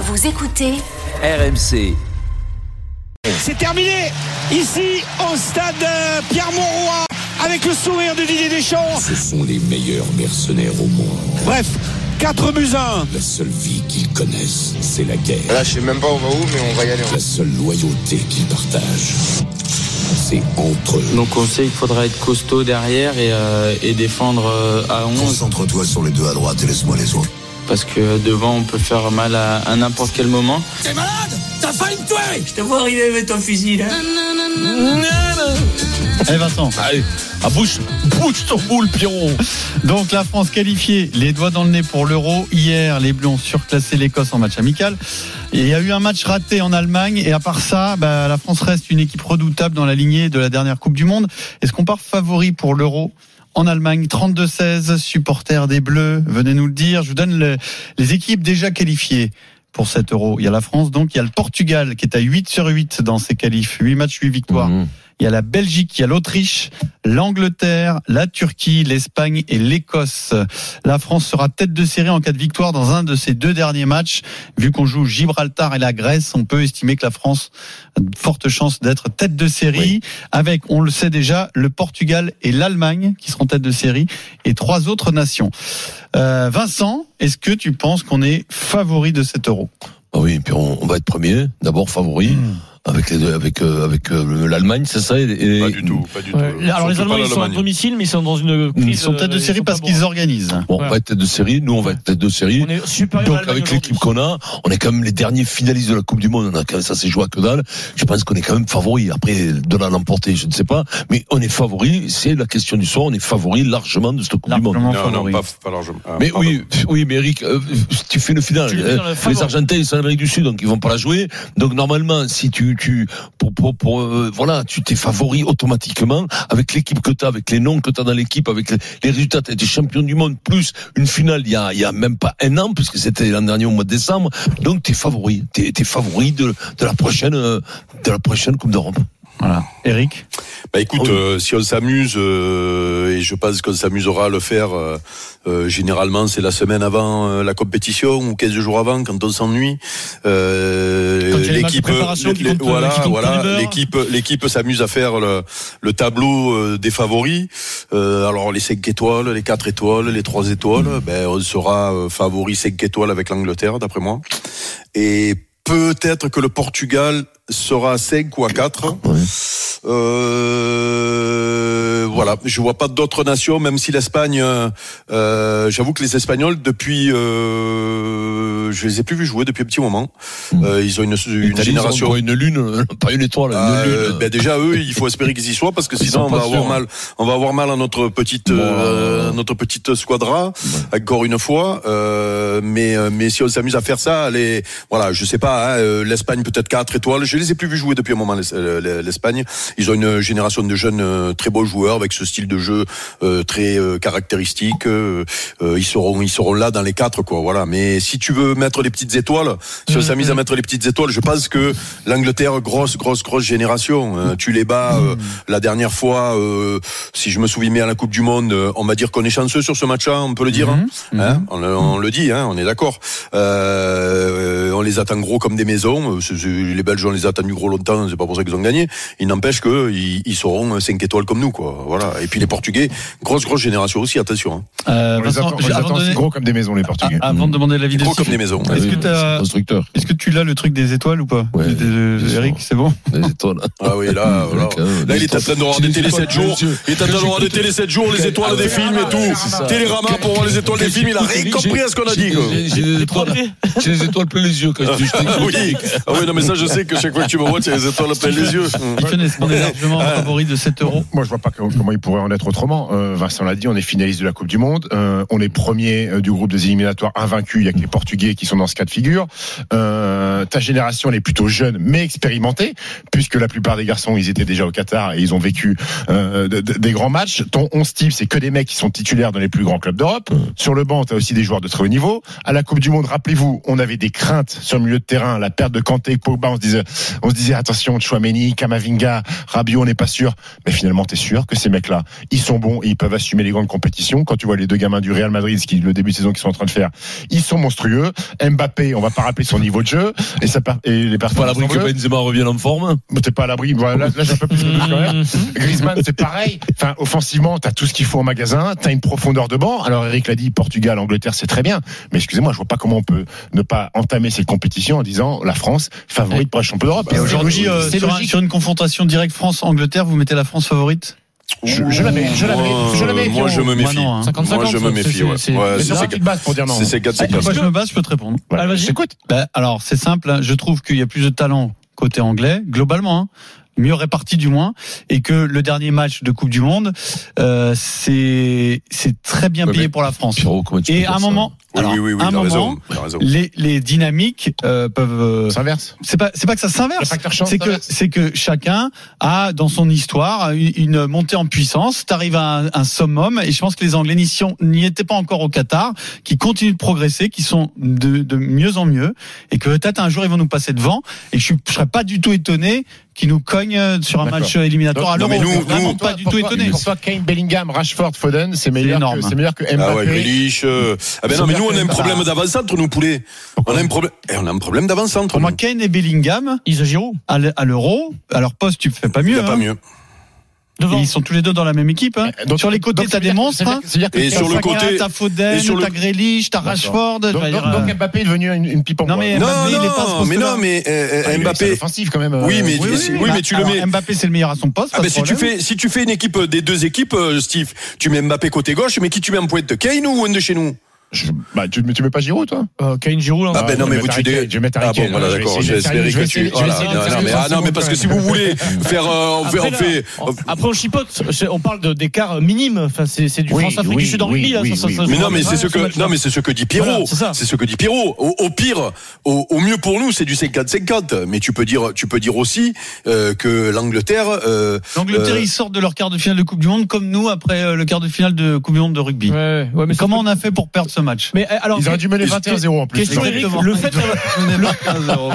Vous écoutez RMC. C'est terminé ici au stade euh, Pierre Mauroy avec le sourire de Didier Deschamps. Ce sont les meilleurs mercenaires au monde. Bref, 4 buts à 1. La seule vie qu'ils connaissent, c'est la guerre. Là, je sais même pas on va où, mais on va y aller. hein. La seule loyauté qu'ils partagent, c'est entre eux. Donc on sait qu'il faudra être costaud derrière et, euh, et défendre euh, à 11 Concentre-toi sur les deux à droite et laisse-moi les autres. parce que devant on peut faire mal à, à n'importe quel moment. T'es malade T'as failli me tuer Je te vois arriver avec ton fusil là. Eh, Allez Vincent, allez, à bouche, bouche ton boule, Pierrot. Donc la France qualifiée, les doigts dans le nez pour l'Euro. Hier, les Bleus ont surclassé l'Écosse en match amical. Et il y a eu un match raté en Allemagne. Et à part ça, bah, la France reste une équipe redoutable dans la lignée de la dernière Coupe du Monde. Est-ce qu'on part favori pour l'Euro en Allemagne 32-16, supporters des Bleus, venez nous le dire. Je vous donne le- les équipes déjà qualifiées pour cet Euro. Il y a la France, donc il y a le Portugal qui est à 8 sur 8 dans ses qualifs, 8 matchs, 8 victoires. Il y a la Belgique, il y a l'Autriche, l'Angleterre, la Turquie, l'Espagne et l'Écosse. La France sera tête de série en cas de victoire dans un de ses deux derniers matchs. Vu qu'on joue Gibraltar et la Grèce, on peut estimer que la France a de fortes chances d'être tête de série avec, on le sait déjà, le Portugal et l'Allemagne qui seront tête de série et trois autres nations. Euh, Vincent, est-ce que tu penses qu'on est favori de cet euro Ah oui, puis on, on va être premier, d'abord favori. Hmm. Avec les deux- avec euh, avec euh, le- l'Allemagne, c'est ça et, et- Pas du tout, pas du tout. Alors les Surtout Allemands, pas ils sont à l'Allemagne. domicile, mais ils sont dans une crise. Ils sont tête de euh, série sont parce pas qu'ils bons. organisent. Bon, on Voilà. va être tête de série, nous on va être tête de série. On est supérieur à Donc l'Allemagne avec l'équipe qu'on a, on est quand même les derniers finalistes de la Coupe du Monde. On a quand même- ça s'est joué à que dalle. Je pense qu'on est quand même favori. Après de la l'emporter, je ne sais pas, mais on est favori. C'est la question du soir. On est favori largement de cette Coupe du Monde. Non, non, pas, pas largement. Ah, Mais pardon. oui, oui, mais Eric, euh, tu fais une finale. Tu le fais dans le Euh, favori. les Argentins, ils sont en Amérique du Sud, donc ils vont pas la jouer. Donc normalement, si tu, tu, pour, pour, pour, euh, voilà, tu t'es favori automatiquement avec l'équipe que t'as, avec les noms que t'as dans l'équipe, avec les les résultats. T'as été champion du monde plus une finale il y a, il y a même pas un an puisque c'était l'an dernier au mois de décembre. Donc t'es favori, t'es, t'es favori de, de la prochaine, euh, de la prochaine Coupe d'Europe. Voilà, Eric. Bah écoute, Ah euh, si on s'amuse, euh, et je pense qu'on s'amusera à le faire, euh, euh, généralement c'est la semaine avant euh, la compétition ou 15 jours avant quand on s'ennuie. Euh, Quand il y a les matchs de l'équipe, préparation qui comptent, euh, voilà, qui comptent pour les voilà, beurres. l'équipe, l'équipe s'amuse à faire le, le tableau euh, des favoris. Euh, alors les 5 étoiles, les 4 étoiles, les 3 étoiles, Mmh. ben on sera euh, favori 5 étoiles avec l'Angleterre d'après moi. Et peut-être que le Portugal sera à 5 ou à 4. Euh, voilà, je vois pas d'autres nations, même si l'Espagne, euh, euh, j'avoue que les Espagnols, depuis, euh, je les ai plus vus jouer depuis un petit moment. Euh, ils ont une, une L'Italie, Hmm. ils génération. ont Une lune, euh, pas une étoile, une Ah, lune. euh, ben déjà eux, il faut espérer qu'ils y soient parce que Ils sinon sont on pas va avoir sûrs, mal. On va avoir mal à notre petite, euh, notre petite squadra. Encore une fois, euh, mais euh, mais si on s'amuse à faire ça, les voilà, je sais pas. hein, euh, L'Espagne peut-être quatre étoiles. Je les ai plus vus jouer depuis un moment. l'Es- euh, l'Es- L'Espagne, ils ont une génération de jeunes euh, très beaux joueurs avec ce style de jeu euh, très euh, caractéristique. euh, euh, ils seront ils seront là dans les quatre quoi. Voilà. Mais si tu veux mettre les petites étoiles, si on s'amuse à mettre les petites étoiles, je pense que l'Angleterre grosse grosse grosse génération. euh, tu les bats euh, la dernière fois, euh, si je me souviens bien à la Coupe du Monde, euh, on va dire qu'on est chanceux sur ce match-là. On peut le dire. hein. Mhm. Hein, on, le- on le dit, hein, on est d'accord. Euh, on les attend gros comme des maisons. Euh, c'est- c'est- les Belges, on les a attendus gros longtemps. C'est pas pour ça qu'ils ont gagné. Il n'empêche que ils, ils seront 5 étoiles comme nous, quoi. Voilà. Et puis les Portugais, grosse grosse génération aussi. Attention. hein. Euh, On les attend- on les attend, c'est gros comme des maisons, les Portugais. ah, Avant de demander l'avis C'est des gros comme des maisons. Est-ce Ah que, oui, t'as- est-ce que tu l'as le truc des étoiles ou pas Des- euh, Eric, c'est bon Des étoiles. Ah oui, là, là, là, il est en train de regarder J'ai des télé étoiles 7 jours. dans les yeux. Il est en train de Que regarder j'écoute- télé 7 jours, les que- étoiles des films et Ouais, tout. c'est ça. Télérama pour voir les étoiles des films, il a J'ai- rien j'ai- compris à ce qu'on a dit. j'ai- quoi. J'ai j'ai des étoiles. J'ai des étoiles plein les yeux quand je dis. je te dis- Ah oui. Ah oui, non, mais ça, je sais que chaque fois que tu me vois, tu as les étoiles plein les yeux. Ils connaissent bien on est largement favori de 7 euros. Moi, je vois pas comment il pourrait en être autrement. Euh, Vincent l'a dit, on est finaliste de la Coupe du Monde. Euh, on est premier du groupe des éliminatoires invaincus. Il y a que les Portugais qui sont dans ce cas de figure. Euh, ta génération, elle est plutôt jeune, mais expérimentée, puisque la plupart des garçons, ils étaient déjà au Qatar et ils ont vécu euh, de, de, des grands matchs. Ton 11 type, c'est que des mecs qui sont titulaires dans les plus grands clubs d'Europe. Sur le banc, tu as aussi des joueurs de très haut niveau. À la Coupe du Monde, rappelez-vous, on avait des craintes sur le milieu de terrain. La perte de Kanté, Pogba, on se disait, on se disait attention, Chouameni, Kamavinga, Rabiot, on n'est pas sûr. Mais finalement, tu es sûr que ces mecs-là, ils sont bons et ils peuvent assumer les grandes compétitions. Quand tu vois les deux gamins du Real Madrid, ce qui le début de saison qu'ils sont en train de faire, ils sont monstrueux. Mbappé, on va pas rappeler son niveau de jeu et ça et les personnes. Pas à l'abri que Benzema revienne en forme. Mais t'es pas à l'abri. Voilà, là, j'ai un peu plus de Hmm. quand même. Mm. Griezmann, c'est pareil. Enfin, offensivement, t'as tout ce qu'il faut en magasin. T'as une profondeur de banc. Alors Eric l'a dit, Portugal, Angleterre, c'est très bien. Mais excusez-moi, je vois pas comment on peut ne pas entamer cette compétition en disant la France favorite pour la championnat d'Europe. Et aujourd'hui, euh, sur, un, sur une confrontation directe France-Angleterre, vous mettez la France favorite je, je, la mets, je la mets, je la mets. Moi, je me méfie. Moi, je me méfie. Ouais. C'est pour dire non. C'est 4 Moi, je me base, je peux te répondre. Ah, Bah, J'écoute. alors, c'est simple. hein. Je trouve qu'il y a plus de talent côté anglais, globalement hein. mieux réparti du moins, et que le dernier match de Coupe du Monde, euh, c'est c'est très bien payé ouais, pour la France. Piro, et à un moment, oui, alors, oui, oui, oui un moment, raison, les les dynamiques euh, peuvent s'inverse. C'est pas c'est pas que ça s'inverse. C'est que c'est que chacun a dans son histoire une, une montée en puissance. T'arrives à un, un, summum, et je pense que les Anglais n'y étaient pas encore au Qatar, qui continuent de progresser, qui sont de, de mieux en mieux, et que peut-être un jour ils vont nous passer devant. Et je, je serais pas du tout étonné qui nous cogne sur un match euh, éliminatoire. Alors, mais nous, nous, vraiment pas du tout étonné. Pour toi, Kane, Bellingham, Rashford, Foden, c'est meilleur, que, c'est meilleur que Mbappé. Ah ouais, Grealish, euh... Ah ben non, mais nous, on a un problème d'avant-centre, nous, poulet. On a un problème, eh, on a un problème d'avant-centre. Moi, Kane et Bellingham, ils Giro à l'Euro, à leur poste, tu fais pas mieux. hein. Il pas mieux. hein. Devant. Et ils sont tous les deux dans la même équipe. Hein. Donc, sur les côtés, t'as des monstres. Hein. et sur le côté, t'as Foden, t'as le... Grealish, t'as Rashford. Donc, donc, donc, Mbappé est devenu une, une pipe en Non mais, non, Mbappé, non, il est pas mais non, mais euh, ah, Mbappé, offensif quand même. Euh... Oui, mais oui, oui, oui, oui mais tu alors, le mets. Mbappé, c'est le meilleur à son poste. Ah, mais si tu fais, si tu fais une équipe des deux équipes, euh, Steve, tu mets Mbappé côté gauche, mais qui tu mets en pointe, Kane ou un de chez nous? Je, bah, tu, tu mets pas Giroud, toi euh, Kane Giroud, Ah, ben non, mais vous tu Je vais mettre Ah, bon, voilà, d'accord, j'ai espéré que tu. Ah, non, mais parce que si vous voulez faire. on fait, on fait, après, on chipote. On parle d'écart minime. Enfin, c'est du France-Afrique du Sud en rugby, là. Mais non, mais c'est ce que, non, mais c'est ce que dit Pierrot. C'est ce que dit Pierrot. Au pire, au mieux pour nous, c'est du 50-50. Mais tu peux dire, tu peux dire aussi que l'Angleterre. Euh, L'Angleterre, ils sortent de leur quart de finale de Coupe du Monde, comme nous, après euh, le quart de finale de Coupe du Monde de rugby. mais comment on a fait pour perdre match. Mais alors, ils auraient dû mener 21-0 en plus. Question Eric, le fait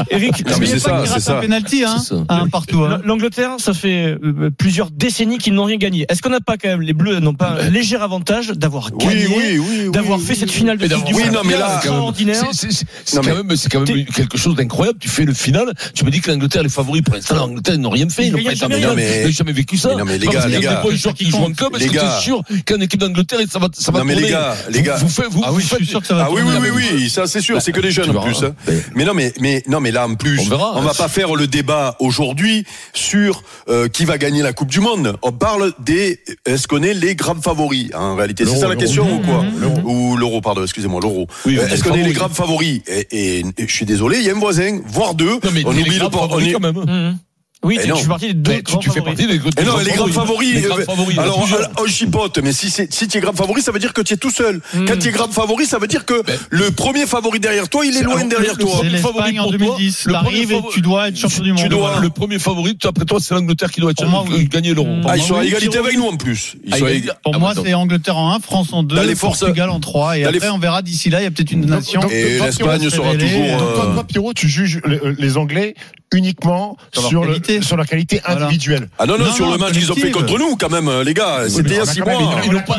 Eric, non, mais c'est ça, grâce à un penalty, hein, à un partout. Hein. L'Angleterre, ça fait euh, plusieurs décennies qu'ils n'ont rien gagné. Est-ce qu'on n'a pas quand même les Bleus n'ont Euh, pas un léger avantage d'avoir gagné, oui, oui, oui, d'avoir fait cette finale de Coupe du Monde extraordinaire C'est quand même, c'est quand même quelque chose d'incroyable. Tu fais le final, tu me dis que l'Angleterre est favori pour l'instant. L'Angleterre n'ont rien fait, ils n'ont pas été ils n'ont jamais vécu ça. Non mais les gars, les gars, les joueurs qui jouent en club, est-ce que t'es sûr qu'une équipe d'Angleterre, ça va, ça va Non mais les gars, les gars, vous faites, vous ah oui, je suis sûr que ça va Ah oui, oui, oui, oui, oui, ça c'est sûr, c'est que des jeunes en plus. Hein. Mais non, mais, mais non, mais là en plus, on, verra, on va pas faire le débat aujourd'hui sur euh, qui va gagner la Coupe du Monde. On parle des, est-ce qu'on est les grands favoris hein, En réalité, c'est ça la question ou quoi Ou l'euro, pardon, excusez-moi, l'euro. mmh, Oui, est-ce qu'on est les grands favoris et, et, et, je suis désolé, il y a un voisin, voire deux. Non, mais on oublie le port. quand même. Mmh. Oui, tu, fais partie des deux tu, tu fais partie des, des non, les grands favoris. Euh, favoris. Alors, on chipote, mais si, si tu es grand favori, ça veut dire que tu es tout seul. Mmh. Quand tu es grand favori, ça veut dire que ben. le premier favori derrière toi, il est, est loin alors, derrière toi. Le favori en 2010. Le premier favori, tu dois être champion du monde. Tu dois, le premier favori, après toi, c'est l'Angleterre qui doit être champion, oui. gagner l'euro. Ah, ils sont à égalité avec nous en plus. Ah, Pour moi, c'est Angleterre en 1, France en 2, Portugal en 3. Et après, on verra d'ici là, il y a peut-être une nation. Et l'Espagne sera toujours. euh, Toi, Pierrot, tu juges euh, les Anglais uniquement sur, le, sur leur qualité individuelle. Ah non, non, non sur non, le match qu'ils ont fait contre nous, quand même, euh, les gars. C'était il y a six mois. Ils n'ont pas,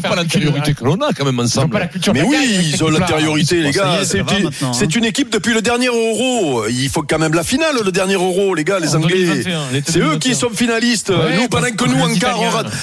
pas l'intériorité que l'on a, quand même, ensemble. Ils pas la culture mais oui, ils ont l'intériorité, les gars. C'est une équipe depuis le dernier Euro. Il faut quand même la finale, le dernier Euro, les gars, les Anglais. C'est eux qui sont finalistes. Nous, pendant que nous, en quart,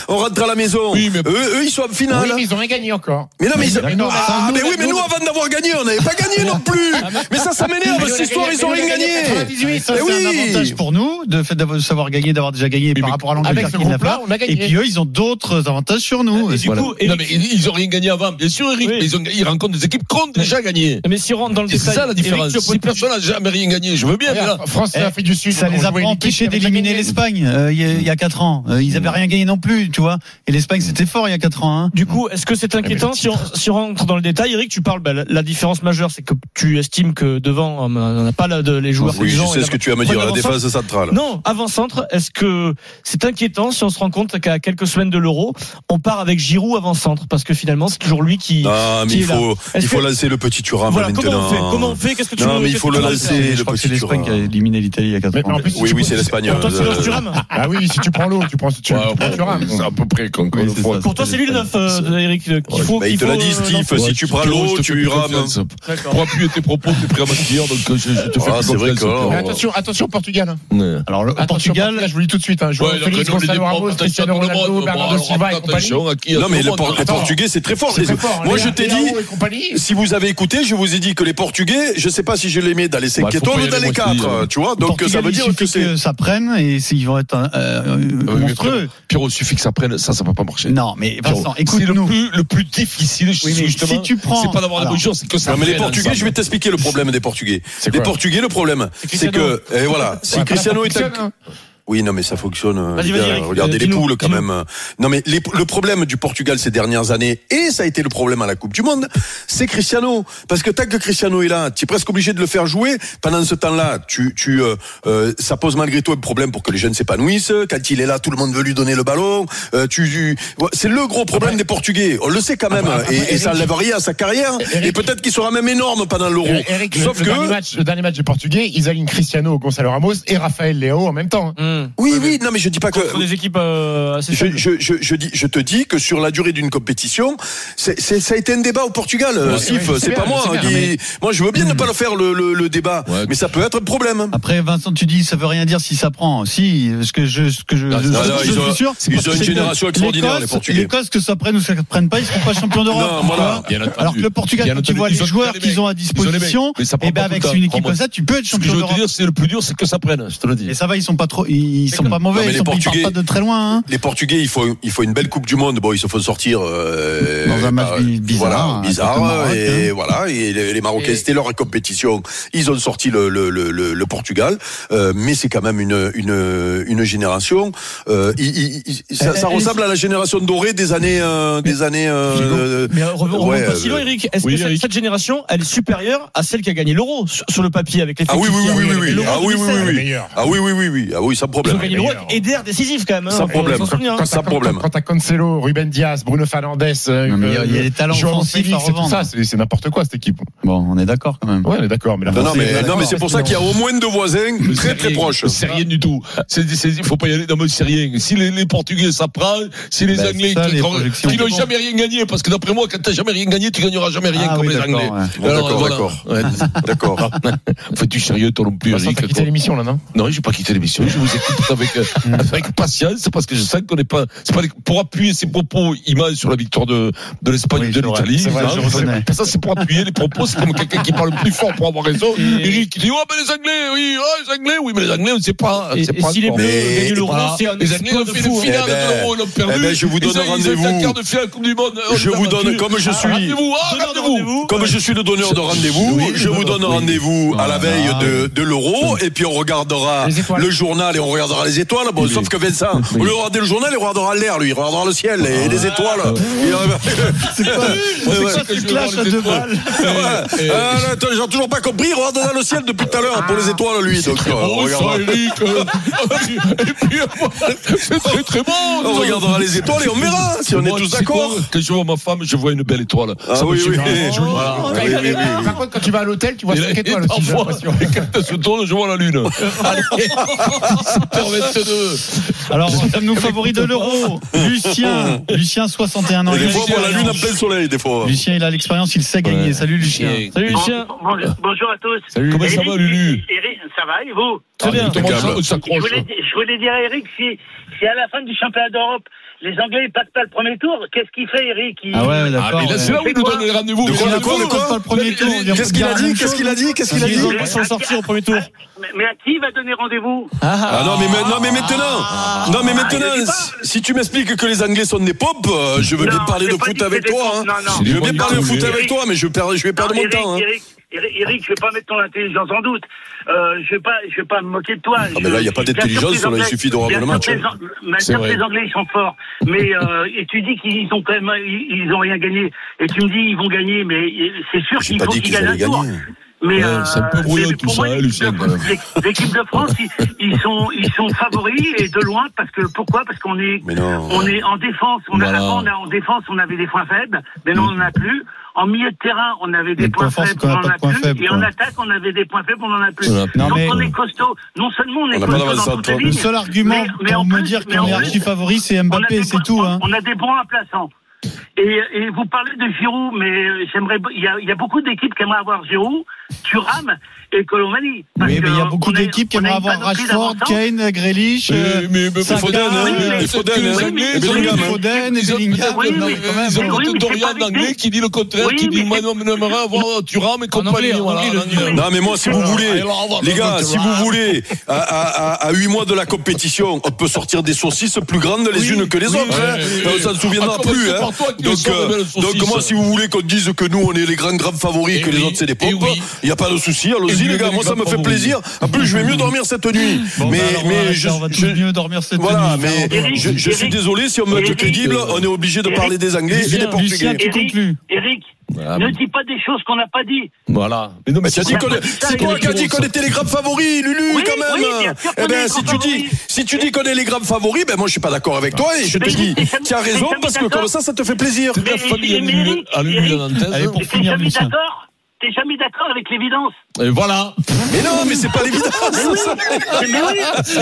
on rentre à la maison. Eux, ils sont en finale. Oui, mais ils ont rien gagné encore. Mais non, mais oui, mais nous, avant d'avoir gagné, on n'avait pas gagné non plus. Mais ça, ça m'énerve, cette histoire, ils ont rien gagné. 18, ça, oui. c'est un avantage pour nous, de fait de savoir gagner, d'avoir déjà gagné mais par mais rapport à l'Angleterre qui n'a pas. Et puis eux, ils ont d'autres avantages sur nous. Et, et du voilà. coup, Eric... non, mais ils ont rien gagné avant, bien sûr, Eric, oui. mais ils, ont... ils, rencontrent des équipes qui ont déjà gagné. Mais si on rentre dans le C'est ça la différence. Eric, si personne n'a jamais rien gagné, je veux bien. Eh. Regarde, mais là... France et l'Afrique du Sud, ça les a pas empêchés d'éliminer l'Espagne euh, il y a 4 ans. Euh, Ils n'avaient rien gagné non plus, tu vois. Et l'Espagne, c'était fort il y a 4 ans. Hein. Du coup, est-ce que c'est inquiétant si on, si on rentre dans le détail Eric, tu parles, bah, la différence majeure, c'est que tu estimes que devant, on n'a pas là de, les joueurs. Oui, je sais ce que tu vas me dire, la défense centrale. Non, avant-centre, est-ce que c'est inquiétant si on se rend compte qu'à quelques semaines de l'Euro, on part avec Giroud avant-centre Parce que finalement, c'est toujours lui qui. Ah, mais il faut, il faut lancer le petit Turam voilà, maintenant. Comment on fait Qu'est-ce que tu Non, mais il faut le lancer, le petit Turam. C'est l'Espagne qui a éliminé l'Italie il y a 4 ans. Oui, oui, c'est l'Espagne. Pour toi, tu lances Turam Ah oui, si tu prends l'eau, tu prends Turam. C'est à peu près comme Pour toi, c'est lui le 9, Eric, qu'il faut. euh, Il te l'a dit, Steve, si tu prends l'eau, tu rames. Pour appuyer tes propos, tu es prêt à m'accueillir, donc je te fais C'est vrai que. Attention, attention, Portugal. Alors, le Portugal, je vous le dis tout de suite, hein, je ouais, Félix Gonzalo Ramos, Cristiano Ronaldo, Bernardo Silva et compagnie. Non, mais les, por les Portugais, c'est très fort. Les... Très fort. Moi, les je t'ai dit, si vous avez écouté, je vous ai dit que les Portugais, je sais pas si je les mets dans les 5 bah, étoiles ou dans les 4, tu vois. Donc, ça veut dire que c'est. ça prenne et ils vont être euh, monstrueux. Pierrot, il suffit que ça prenne, ça, ça va pas marcher. Non, mais Vincent, écoute. Le plus difficile, justement, c'est pas d'avoir la bonne chose, c'est que ça Non, mais les Portugais, je vais t'expliquer le problème des Portugais. Les Portugais, le problème, c'est que, et voilà, si Cristiano est oui, non, mais ça fonctionne. Vas -y, vas -y, Regardez euh, les poules quand même. Non, mais les, le problème du Portugal ces dernières années, et ça a été le problème à la Coupe du Monde, c'est Cristiano. Parce que tant que Cristiano est là, tu es presque obligé de le faire jouer. Pendant ce temps-là, tu, tu, euh, ça pose malgré tout un problème pour que les jeunes s'épanouissent. Quand il est là, tout le monde veut lui donner le ballon. Euh, tu, c'est le gros problème après, des Portugais. On le sait quand même. Après, après, et, Eric, et, ça enlève rien à sa carrière. Eric, et peut-être qu'il sera même énorme pendant l'Euro. Sauf le, que. Le dernier, match, le dernier match des Portugais, ils alignent Cristiano, Gonzalo Ramos et Rafael Léo en même temps. Mm. Oui, ouais, oui, non, mais je dis pas que. des équipes euh, assez je, je, je, je, dis, je te dis que sur la durée d'une compétition, c'est, ça a été un débat au Portugal, ouais, Sif. Ouais, c'est, pas moi. Bien, qui... mais... Moi, je veux bien mmh. ne pas le faire le, le, le débat, mais ça peut être un problème. Après, Vincent, tu dis, ça veut rien dire si ça prend. Si, ce que je, ce que je, non, non, Ah, ils suis ont, sûr, ils ont une génération extraordinaire, les Portugais. L'Écosse, que ça prenne ou ça prenne pas, ils seront pas champions d'Europe. Voilà. Alors que le Portugal, quand tu vois les joueurs qu'ils ont à disposition, et ben avec une équipe comme ça, tu peux être champion d'Europe. c'est le plus dur, c'est que ça prenne. Je te le dis. Et ça va, ils sont pas trop, ils sont pas mauvais, non, ils, sont, Portugais, ils partent pas de très loin. Hein. Les Portugais, il faut, il faut une belle Coupe du Monde. Bon, ils se font sortir euh, dans un match bah, bizarre, voilà, bizarre, Maroc, et hein. voilà. Et les, les Marocains, et... c'était leur compétition. Ils ont sorti le, le, le, le, le Portugal, euh, mais c'est quand même une, une, une génération. Euh, il, il, ça, ça ressemble à la génération dorée des années, euh, des années. Euh, mais euh, revenons ouais, pas si loin, Eric. Est-ce oui, que Eric. cette génération, elle est supérieure à celle qui a gagné l'Euro sur, sur, le papier avec les ah oui oui oui oui oui ah oui oui oui ah oui oui oui oui ah oui ça problème. Et d'air décisif quand même. hein. hein. Sans problème. Sans problème. Quand t'as Cancelo, Ruben Diaz, Bruno Fernandes, euh, il y a les Euh, talents offensifs c'est tout ça. C'est n'importe quoi cette équipe. Bon, on est d'accord quand même. Ouais, on est d'accord. Mais non, mais non, mais c'est pour ça qu'il y a au moins deux voisins très très proches. C'est rien du tout. Il faut pas y aller dans le c'est rien. Si les Portugais ça prend, si les Anglais qui n'ont jamais rien gagné, parce que d'après moi, quand t'as jamais rien gagné, tu gagneras jamais rien comme les Anglais. D'accord, d'accord, d'accord. Faut du sérieux toi non plus. T'as quitté l'émission là, non Non, j'ai pas quitté l'émission. Je vous ai avec, avec patience parce que je sens qu'on n'est pas, pas les, pour appuyer ses propos immenses sur la victoire de, de l'Espagne oui, de l'Italie. Hein, ça, c'est pour appuyer les propos. C'est comme quelqu'un qui parle plus fort pour avoir raison. Et... Eric qui dit Oh, mais les Anglais, oui, oh, les Anglais, oui, mais les Anglais, on ne sait pas. On et, sait pas si les Bleus gagnent l'Euro, c'est un Les Anglais ont fait le finale de l'Euro, ils l'ont perdu. Eh ben, je vous donne rendez-vous. quart de finale Coupe du Monde. Je vous donne, comme Ah, je suis. Comme je suis le donneur de rendez-vous, je vous donne rendez-vous à la veille de l'Euro et puis on regardera le journal et on regardera les étoiles. Bon, sauf que Vincent, oui. au lieu de regarder le journal, il regardera l'air, lui. Il regardera le ciel et, les étoiles. C'est pas ça que tu clashes à deux balles. Euh, J'ai toujours pas compris. Il regardera le ciel depuis tout à l'heure pour les étoiles, lui. Donc, euh, Oh, Ah, euh, C'est très bon. On regardera les étoiles et on verra Oh, si on est tous d'accord. Que je vois ma femme, je vois une belle étoile. Ah oui, oui. Par contre, quand tu vas à l'hôtel, tu vois 5 étoiles. Quand tu se tournes, je vois la lune. Allez. 22. Alors, nous sommes nos favoris de l'euro. Lucien, Lucien, 61 ans. Et des fois, on voit la lune en plein soleil, des fois. Lucien, il a l'expérience, il sait gagner. Ouais. Salut, Lucien. Salut, Lucien. Bon, bon, bonjour à tous. Salut. Comment Eric, ça va, Lulu Eric, ça va, et vous Très bien. Je voulais, je voulais dire à Eric, si, si à la fin du championnat d'Europe, les Anglais, ils passent pas le premier tour. Qu'est-ce qu'il fait, Eric il... Ah ouais, d'accord. Ah, mais là, c'est là où il nous donne les rendez-vous. De quoi, de quoi, de quoi pas le premier tour. on Qu'est-ce qu'il a dit Qu'est-ce qu'il a dit Qu'est-ce qu'il a dit Ils vont s'en sortir au premier tour. Mais- Mais à qui il va donner rendez-vous Ah non mais, ma- non, mais maintenant Non mais Ah, je maintenant sais pas. Si tu m'expliques que les Anglais sont des popes euh, Je veux Non, bien parler j'ai de pas foot dit que avec c'était toi con. hein. Non, non. Je veux bien Non, parler de foot Eric, avec toi Mais je vais perdre, je vais perdre non, mon Eric, temps hein. Eric, Eric, Eric, je vais pas mettre ton intelligence en doute. Euh, je vais pas, je vais pas me moquer de toi. Ah, mais là, il y a Je- pas bien sûr d'intelligence, que les là, il Anglais- suffit de revoir bien le sûr match, que Les, hein. Ang- bien C'est sûr que vrai. les Anglais, ils sont forts. Mais euh, et tu dis qu'ils ont quand même, ils, ils ont rien gagné. Et tu me dis, ils vont gagner, mais c'est sûr J'ai qu'il pas faut dit qu'ils qu'ils gagnent allaient un tour. gagner Mais Ouais, euh, c'est un peu brouillon mais tout pour ça, moi, hein, l'équipe Lucien, de- quand même. l'é- L'équipe de France, ils, ils sont ils sont favoris et de loin parce que pourquoi Parce qu'on est Mais non. on est en défense. On a, Voilà. avant, on a- en défense, on avait des points faibles. Maintenant, on n'en a plus. En milieu de terrain, on avait des Mais points pas force faibles, qu'on on a n'en pas de a points plus. faibles, et quoi. en attaque, on avait des points faibles, on n'en a plus. On en a Donc plus. Non, mais- on est costaud. Non seulement on est On a pas costaud d'avance dans en toutes toi. les Le lignes, seul argument mais- mais pour en me plus- dire mais qu'on est en plus, archi favori, c'est on a Mbappé, des c'est bons- tout. Hein. On a des bons remplaçants. Et, et vous parlez de Giroud, mais euh, j'aimerais, il y a, il y a beaucoup d'équipes qui aimeraient avoir Giroud, Thuram et Colomani. Parce Oui, mais il y a que beaucoup on d'équipes qui on a aimeraient une avoir panoplie Rashford, d'avant-centres. Kane, Grealish, euh, mais mais Saka, Foden, hein, oui, mais- mais- mais Foden, hein, mais et Bellingham, hein. Foden et Ils ont- Bellingham, Oui, mais non, mais quand même. hein. Ils ont Oui, tout mais c'est Dorian pas avec anglais des- qui dit le contraire, Oui, qui dit mais moi c'est- on aimerait avoir Thuram Ah et compagnie. anglais, en voilà, anglais, en le- anglais. Non mais moi si vous voulez Les gars si vous voulez à, à, à, 8 mois de la compétition On peut sortir des saucisses plus grandes les Oui, unes que les oui, autres oui, hein. oui, Euh, oui. Ça ne se À souviendra commencer plus hein. par toi qui nous Donc sors de euh, belles saucisses. donc moi si vous voulez qu'on dise que nous On est les grands grands favoris Et Que les oui, autres c'est des et pompes oui. Il n'y a pas de souci Et Allons-y oui, les gars les Moi ça grands me fait favoris. plaisir En plus je vais mieux dormir cette nuit Bon, Mais bah, alors, on va mais arrêter, je on va tous je- mieux dormir cette Voilà, nuit. mais Eric, je, je suis Eric, désolé, si on veut être Eric, crédible, on est obligé de Eric, parler des Anglais et des Lucien, Lucien, Portugais. tu Eric, conclus. Eric, Voilà. ne dis pas des choses qu'on n'a pas dit. Voilà. Mais non, mais Mais tu as dit Ça, qu'on est- ça, c'est il toi est qui as dit gros, qu'on ça. était les grands favoris, Lulu, Oui, quand même. oui, bien sûr eh qu'on est ben, les si grands tu dis, favoris. si tu dis qu'on est les grands favoris, ben moi je suis pas d'accord avec toi et je te Mais dis, c'est comme- tu as raison c'est comme parce que d'accord. comme ça, ça te fait plaisir. C'est la Mais- famille mais- mais Eric, à l'huile Eric, à l'antenne. Allez, pour T'es finir, jamais Lucien. d'accord T'es jamais d'accord avec l'évidence Et voilà. Mais non, mais c'est pas l'évidence. ça. Mais oui drôle, ça.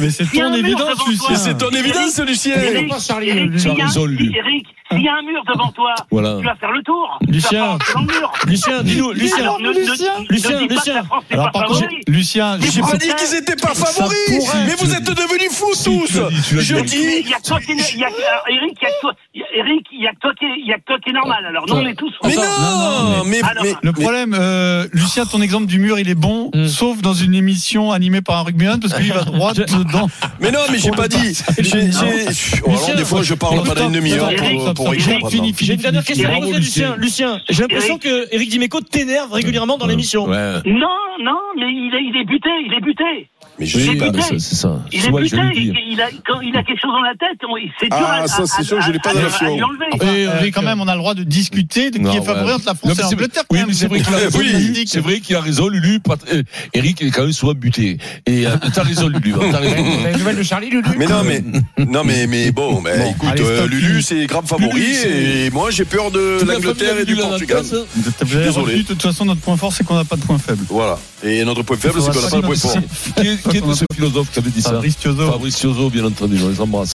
Mais c'est S'il y a ton un mur évidence, devant Lucien. toi. Mais c'est ton évidence, Lucien. Eric, Eric, s'il y a un- Charles Zol, lui. Eric, s'il y a un mur devant toi, Voilà. tu vas faire le tour. Tu vas Lucien. pas rentrer dans le mur. Lucien, dis-nous, Lucien. Alors, ne- ne- ne dis Lucien, pas que Lucien. la France n'est Alors, pas par contre, favori. j'ai- Lucien, J'ai je- pas dit qu'ils étaient pas favoris, pourrait, mais vous tu êtes devenus fous Si, tous. tu l'as dit, tu l'as Je dit. Mais dis, il y a que toi qui est, il y a, alors, Eric, il y a que toi, il y a- Eric, il y a que toi qui est, il y a que toi qui est normal. Alors, non, on est tous. mais Attends, non, non, non, mais, Alors, mais- Le mais- problème, euh, Lucien, ton exemple du mur, il est bon, Hmm. Mm. sauf dans une émission animée par un rugbyman, parce qu'il va droit dedans. Mais non, mais j'ai On pas le dit. passe. J'ai- Non. j'ai- Oh, Alors, des fois, je parle Stop, pendant une demi-heure stop, pour, stop, pour stop. écrire, hein, Eric, pardon. fini, fini, J'ai une dernière fini. question à Bravo, poser, Lucien. Lucien, j'ai l'impression que Eric Dimeco t'énerve régulièrement dans l'émission. Ouais. Non, non, mais il est, il est buté, il est buté. Mais je Oui, suis pas. mais ça, c'est ça. Il est Souvent, je buté. le dis. Il, il a, quand il a quelque chose dans la tête, on- c'est dur Ah, à, ça, c'est à- sûr, à- je l'ai pas dans à- la fion. à l'enlever. Enfin, Et euh, avec- quand même, on a le droit de discuter de qui Non, est favori ouais. entre la Non, France mais et c'est vrai- l'Angleterre. oui, quand mais même. c'est vrai qu'il a C'est oui, politique. c'est vrai qu'il a raison, Lulu. Pat- euh, Eric est quand même souvent buté. Et euh, t'as raison, Lulu. hein, T'as raison. T'as une nouvelle de Charlie, Lulu Mais non, mais, non, mais, mais bon, bah, écoute, allez, euh, stop, Lulu, Lulu. c'est grave favori Lulu, c'est- et moi, j'ai peur de Toute la l'Angleterre famille et du Lulu à la Portugal. place, hein. Vous avez désolé. reçu, de toute façon, notre point fort, c'est qu'on n'a pas de point faible. Voilà. Et notre point faible, c'est qu'on n'a pas de point fort. Qui est, qui est de ce philosophe qui avait dit ça Fabrice Thiozot. Fabrice Thiozot, bien entendu. On les embrasse.